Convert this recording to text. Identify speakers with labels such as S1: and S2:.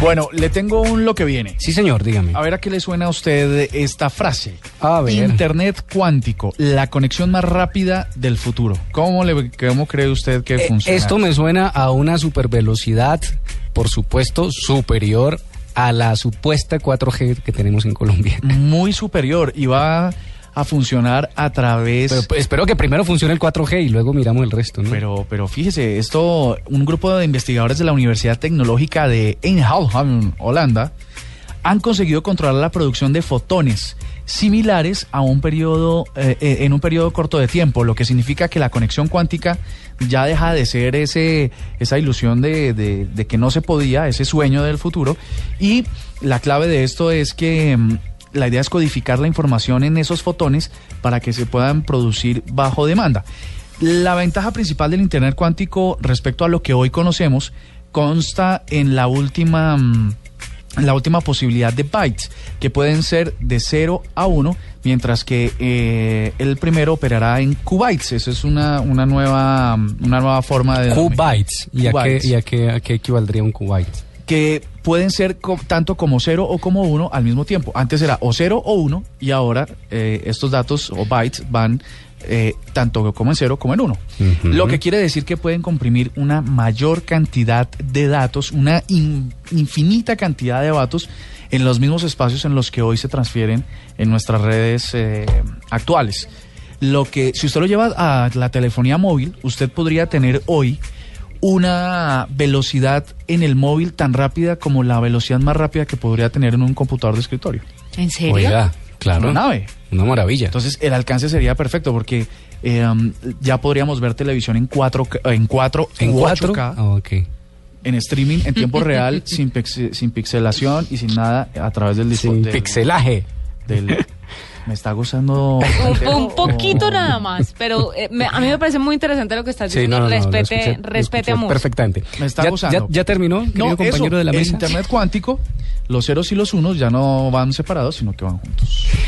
S1: Bueno, le tengo un lo que viene.
S2: Sí, señor, dígame.
S1: A ver a qué le suena a usted esta frase.
S2: A ver.
S1: Internet cuántico, la conexión más rápida del futuro. ¿Cómo, le, cómo cree usted que
S2: Eh,
S1: funciona?
S2: Esto me suena a una supervelocidad, por supuesto, superior a la supuesta 4G que tenemos en Colombia.
S1: Muy superior y va a funcionar a través...
S2: Pero, pues, espero que primero funcione el 4G y luego miramos el resto, ¿no?
S1: Pero, pero fíjese, esto, un grupo de investigadores de la Universidad Tecnológica de Eindhoven, Holanda, han conseguido controlar la producción de fotones similares a un periodo, eh, eh, en un periodo corto de tiempo, lo que significa que la conexión cuántica ya deja de ser ese, esa ilusión de, de- de que no se podía, ese sueño del futuro. Y la clave de esto es que mm, la idea es codificar la información en esos fotones para que se puedan producir bajo demanda. La ventaja principal del Internet cuántico respecto a lo que hoy conocemos consta en la última, mm, en la última posibilidad de bytes, que pueden ser de 0 a 1, mientras que eh, el primero operará en qubits. Esa es una, una, nueva, mm, una nueva forma de...
S2: Qbytes. ¿Y, a qué,
S1: Qbytes.
S2: y a, qué, a qué equivaldría un Qbyte?
S1: que pueden ser co- tanto como 0 o como 1 al mismo tiempo. Antes era o 0 o 1 y ahora eh, estos datos o bytes van eh, tanto como en 0 como en 1.
S2: Ujú.
S1: Lo que quiere decir que pueden comprimir una mayor cantidad de datos, una in- infinita cantidad de datos en los mismos espacios en los que hoy se transfieren en nuestras redes eh, actuales. Lo que, si usted lo lleva a la telefonía móvil, usted podría tener hoy una velocidad en el móvil tan rápida como la velocidad más rápida que podría tener en un computador de escritorio.
S3: ¿En serio?
S2: Oiga, claro.
S1: Una nave.
S2: Una maravilla.
S1: Entonces el alcance sería perfecto porque eh, um, ya podríamos ver televisión en 4K, en 4
S2: ¿En
S1: u
S2: 4?
S1: 8K,
S2: Ah, ok.
S1: en streaming en tiempo real sin, pix- sin pixelación y sin nada a través del disco-
S2: Sin
S1: del-
S2: pixelaje.
S1: del- me está gustando
S3: Un, un poquito nada más, pero eh, me- a mí me parece muy interesante lo que estás
S2: Sí, no,
S3: diciendo.
S2: no, no, lo
S3: respete
S2: escuché- lo
S3: respete
S2: escuché
S3: a Musk.
S2: Perfectamente.
S1: Me está
S2: ¿Ya,
S1: gozando.
S2: ya, ya terminó, querido
S1: No,
S2: compañero
S1: eso,
S2: de la
S1: el
S2: mesa?
S1: internet cuántico, los ceros y los unos ya no van separados, sino que van juntos.